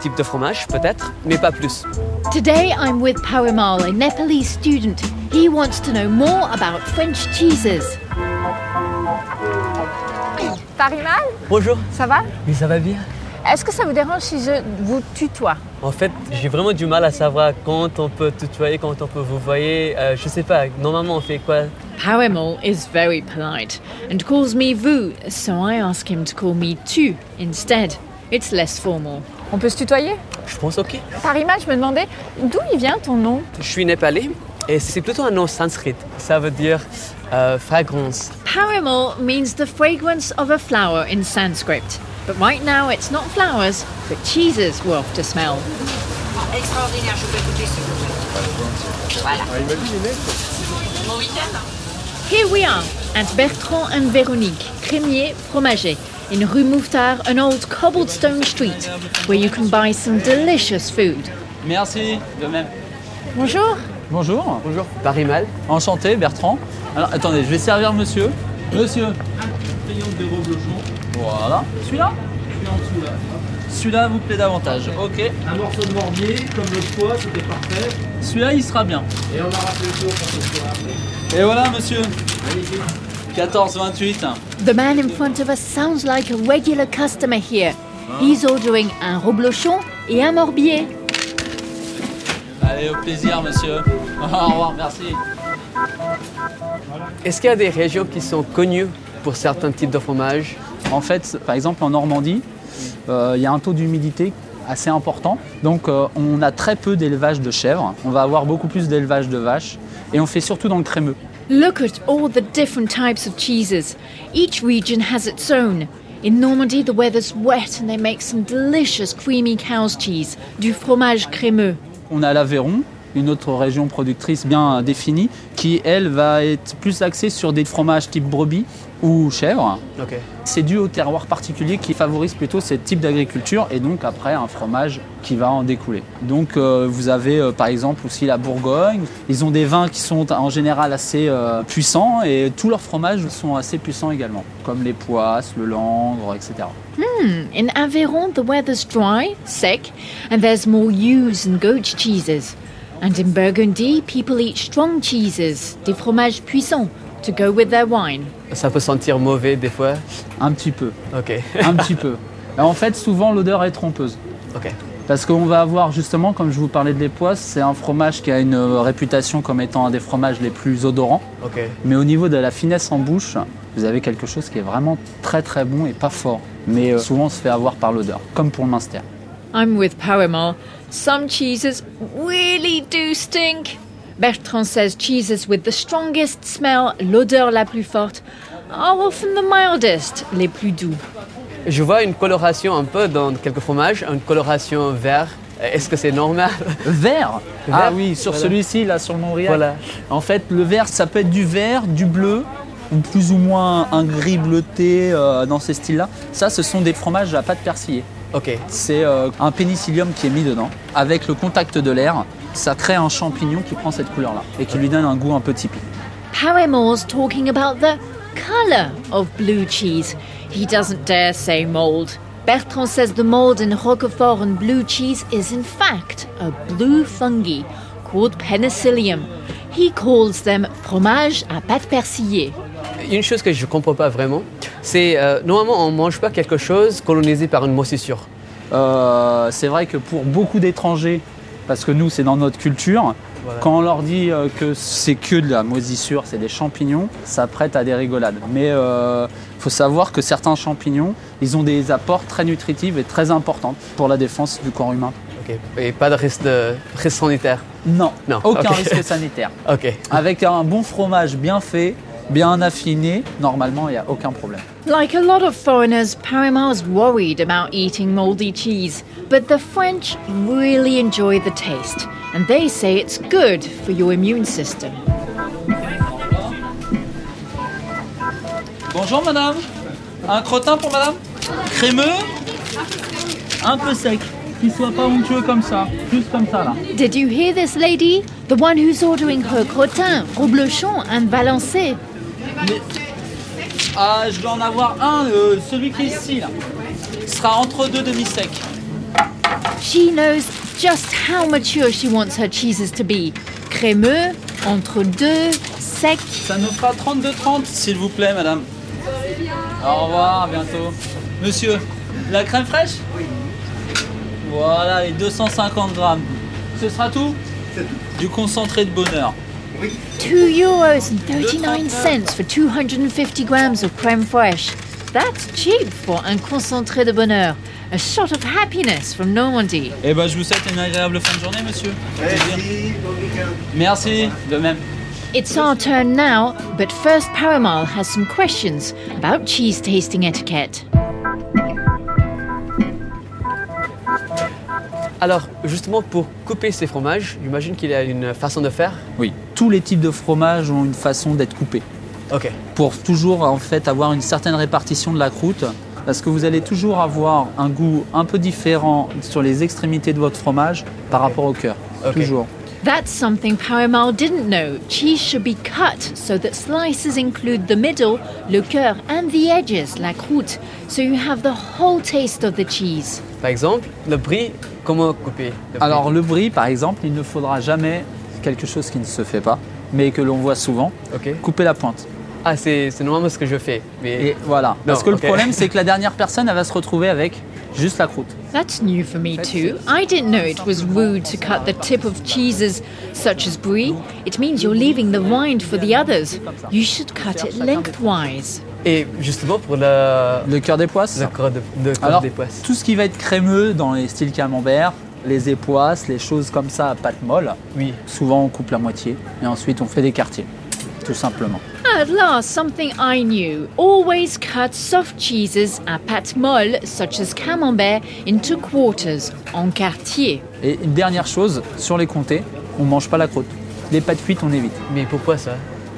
types de fromages peut-être, mais pas plus. Today I'm with Parimal, a Nepalese student. He wants to know more about French cheeses. Parimal, Bonjour, ça va mais ça va bien Est-ce que ça vous dérange si je vous tutoie En fait, j'ai vraiment du mal à savoir quand on peut tutoyer, quand on peut vous voyer. Euh, je sais pas, normalement on fait quoi Parimal is very polite and calls me vous, so I ask him to call me tu instead. It's less formal. On peut se tutoyer Je pense ok. Parimal, je me demandais d'où il vient ton nom Je suis népalais et c'est plutôt un nom sanskrit. Ça veut dire euh, fragrance. Parimal means the fragrance of a flower in Sanskrit, but right now it's not flowers, but cheeses we're off to smell. Extraordinaire, je peux écouter si vous voulez. Bon week-end. Here we are at Bertrand and Véronique, Crémier Fromager, in Rue Mouffetard, an old cobblestone street where you can buy some delicious food. Merci, de même. Bonjour Bonjour. Bonjour. Parimal, Enchanté, Bertrand. Alors, attendez, je vais servir monsieur. Monsieur. Voilà. Celui-là Celui-là vous plaît davantage. Ok. Un morceau de morbier, comme l'autre fois, c'était parfait. Celui-là, il sera bien. Et on aura fait le tour pour ce soir. Et voilà, monsieur. 14, 28. The man in front of us sounds like a regular customer here. He's ordering un reblochon et un morbier. Allez, au plaisir, monsieur. Au revoir, merci. est-ce qu'il y a des régions qui sont connues pour certains types de fromages En fait, par exemple, en Normandie, euh, il y a un taux d'humidité assez important. Donc, euh, on a très peu d'élevage de chèvres. On va avoir beaucoup plus d'élevage de vaches. Et on fait surtout dans le crémeux. Look at all the different types of cheeses. Each region has its own. In Normandy, the weather's wet and they make some delicious creamy cow's cheese, du fromage crémeux. On a l'Aveyron, une autre région productrice bien définie, qui, elle, va être plus axée sur des fromages type brebis ou chèvre. Ok. C'est dû au terroir particulier qui favorise plutôt ce type d'agriculture et donc après un fromage qui va en découler. Donc euh, vous avez euh, par exemple aussi la Bourgogne, ils ont des vins qui sont en général assez euh, puissants et tous leurs fromages sont assez puissants également, comme les poisses, le langre, etc. In Aveyron, the weather's dry, sec, and there's more ewes and goat cheeses. And in Burgundy, people eat strong cheeses, des fromages puissants, to go with their wine. Ça peut sentir mauvais des fois. Un petit peu, Ok, un petit peu. Et en fait souvent l'odeur est trompeuse. ok. Parce qu'on va avoir justement, comme je vous parlais de les poisses, c'est un fromage qui a une euh, réputation comme étant un des fromages les plus odorants. Ok. Mais au niveau de la finesse en bouche, vous avez quelque chose qui est vraiment très très bon et pas fort. Mais euh, souvent on se fait avoir par l'odeur, comme pour le Munster. I'm with Paramore. Some cheeses really do stink. Bertrand says cheeses with the strongest smell, l'odeur la plus forte, are often the mildest, les plus doux. Je vois une coloration un peu dans quelques fromages, une coloration vert. Est-ce que c'est normal Vert Ah Vert. oui, sur Voilà. celui-ci, là, sur le Montréal. Voilà. En fait, le vert, ça peut être du vert, du bleu, ou plus ou moins un gris bleuté euh, dans ces styles-là. Ça, ce sont des fromages à pâte persillée. Ok, C'est euh, un pénicillium qui est mis dedans. Avec le contact de l'air, ça crée un champignon qui prend cette couleur-là et qui lui donne un goût un peu typique. Paramore's talking about the colour of blue cheese. He doesn't dare say mould. Bertrand says the mould in Roquefort and blue cheese is in fact a blue fungi called penicillium. He calls them fromage à pâte persillée. Une chose que je ne comprends pas vraiment, c'est euh, normalement on ne mange pas quelque chose colonisé par une moisissure. Euh, c'est vrai que pour beaucoup d'étrangers, parce que nous c'est dans notre culture, quand on leur dit euh, que c'est que de la moisissure, c'est des champignons, ça prête à des rigolades. Mais euh, faut savoir que certains champignons, ils ont des apports très nutritifs et très importants pour la défense du corps humain. Ok. Et pas de risque, de risque sanitaire. Non, Non, aucun ok. risque sanitaire. Ok. Avec un bon fromage bien fait, bien affiné, normalement, il n'y a aucun problème. Like a lot of foreigners, Parimar's worried about eating moldy cheese, but the French really enjoy the taste, and they say it's good for your immune system. Bonjour madame. Un crottin pour madame Crémeux Un peu sec. Qu'il soit pas onctueux comme ça. Juste comme ça là. Did you hear this lady? The one who's ordering her crottin, reblochon, and balancé. Ah, je dois en avoir un, euh, celui qui est ici là. Ce sera entre deux demi-secs. She knows just how mature she wants her cheeses to be. Crémeux, entre deux, sec. Ça nous fera 32,30 s'il vous plaît madame. Au revoir, à bientôt. Monsieur, la crème fraîche Oui. Voilà, les 250 grammes. Ce sera tout Du concentré de bonheur. 2 euros and 39 cents for 250 grams of creme fraiche. That's cheap for un concentré de bonheur. A shot of happiness from Normandy. Eh ben, je vous souhaite une agréable fin de journée, monsieur. Merci, Merci, de même. It's our turn now, but first Paramal has some questions about cheese tasting etiquette. Alors, justement, pour couper ces fromages, j'imagine qu'il y a une façon de faire. Oui, tous les types de fromages ont une façon d'être coupés. Ok. pour toujours en fait avoir une certaine répartition de la croûte parce que vous allez toujours avoir un goût un peu différent sur les extrémités de votre fromage par rapport au cœur. Ok. Toujours. That's something Paramal didn't know. Cheese should be cut so that slices include the middle, le cœur, and the edges, la croûte, so you have the whole taste of the cheese. Par exemple, le brie, comment couper le brie Alors le brie par exemple, il ne faudra jamais quelque chose qui ne se fait pas mais que l'on voit souvent, Ok. couper la pointe. Ah, c'est c'est normalement ce que je fais. Mais Et voilà. Parce que ok. le problème c'est que la dernière personne elle va se retrouver avec juste la croûte. That's new for me too. I didn't know it was rude to cut the tip of cheeses such as brie. It means you're leaving the rind for the others. You should cut it lengthwise. Et justement, pour le, Le cœur des poisses le corps de, le corps Alors, des poisses. tout ce qui va être crémeux dans les styles camembert, les époisses, les choses comme ça à pâte molle, Oui. Souvent, on coupe la moitié et ensuite on fait des quartiers, tout simplement. At last, something I knew. Always cut soft cheeses à pâte molle, such as camembert, into quarters, en quartier. Et une dernière chose, sur les comtés, on mange pas la croûte. Les pâtes cuites, on évite Mais pourquoi ça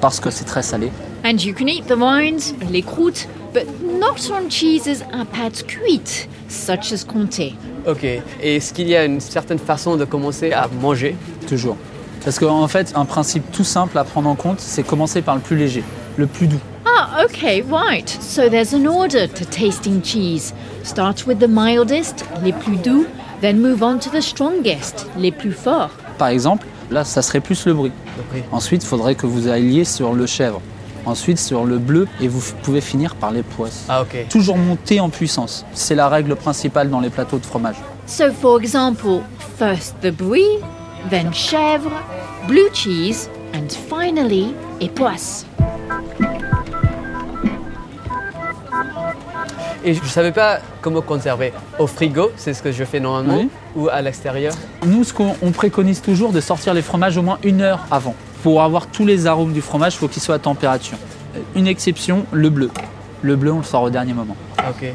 parce que c'est très salé. And you can eat the rinds, les croûtes, but not on cheeses à pâte cuite, such as comté. Ok. Et est-ce qu'il y a une certaine façon de commencer à manger Toujours. Parce qu'en fait, un principe tout simple à prendre en compte, c'est commencer par le plus léger, le plus doux. Ah, okay, right. So there's an order to tasting cheese. Start with the mildest, les plus doux, then move on to the strongest, les plus forts. Par exemple, là, ça serait plus le bruit. Le brie. Ensuite, il faudrait que vous alliez sur le chèvre. Ensuite, sur le bleu, et vous f- pouvez finir par les poisses. Ah, ok. Toujours monter en puissance. C'est la règle principale dans les plateaux de fromage. So, for example, first the brie, then chèvre, blue cheese, and finally, époisse. Et je ne savais pas comment conserver. Au frigo, c'est ce que je fais normalement, Oui. ou à l'extérieur. Nous, ce qu'on on préconise toujours, de sortir les fromages au moins une heure avant. Pour avoir tous les arômes du fromage, il faut qu'ils soient à température. Euh, Une exception, le bleu. Le bleu, on le sort au dernier moment. Ok.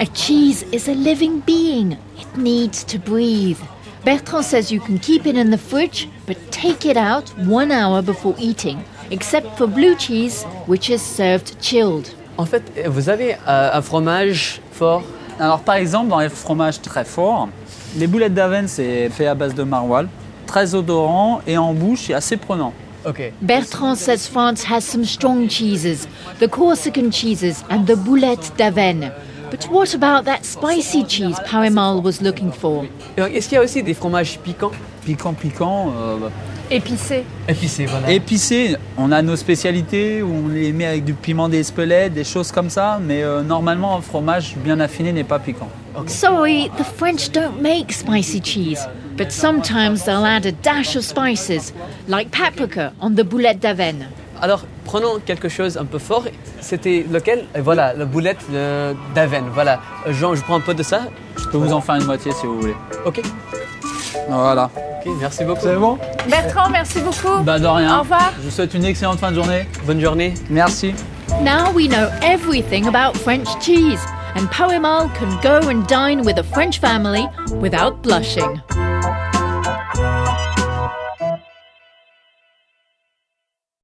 A cheese is a living being, it needs to breathe. Bertrand says you can keep it in the fridge, but take it out one hour before eating, except for blue cheese, which is served chilled. En fait, vous avez euh, un fromage fort. Alors, par exemple, dans les fromages très forts, les boulettes d'avoine, c'est fait à base de maroilles. Très odorant et en bouche, et assez prenant. Ok. Bertrand says France has some strong cheeses, the Corsican cheeses and the boulette d'Avenne. But what about that spicy cheese Parimal was looking for? Et donc, Est-ce qu'il y a aussi des fromages piquants Piquant, piquant. euh, bah. Épicé. Épicés, voilà. Épicé, on a nos spécialités, où on les met avec du piment d'Espelette, des choses comme ça, mais euh, normalement, un fromage bien affiné n'est pas piquant. Sorry, the French don't make spicy cheese, but sometimes they'll add a dash of spices, like paprika on the boulette d'Avenne. Alors, prenons quelque chose un peu fort. C'était lequel Et Voilà, la boulette de- d'avenne. Voilà. Euh, Jean, je prends un peu de ça. Je peux vous en faire une moitié si vous voulez. Ok. Voilà. Ok, merci beaucoup. C'est bon Bertrand, merci beaucoup. Bah de Au rien. revoir. Je vous souhaite une excellente fin de journée. Bonne journée. Merci. Now we know everything about French cheese, and Poemal can go and dine with a French family without blushing.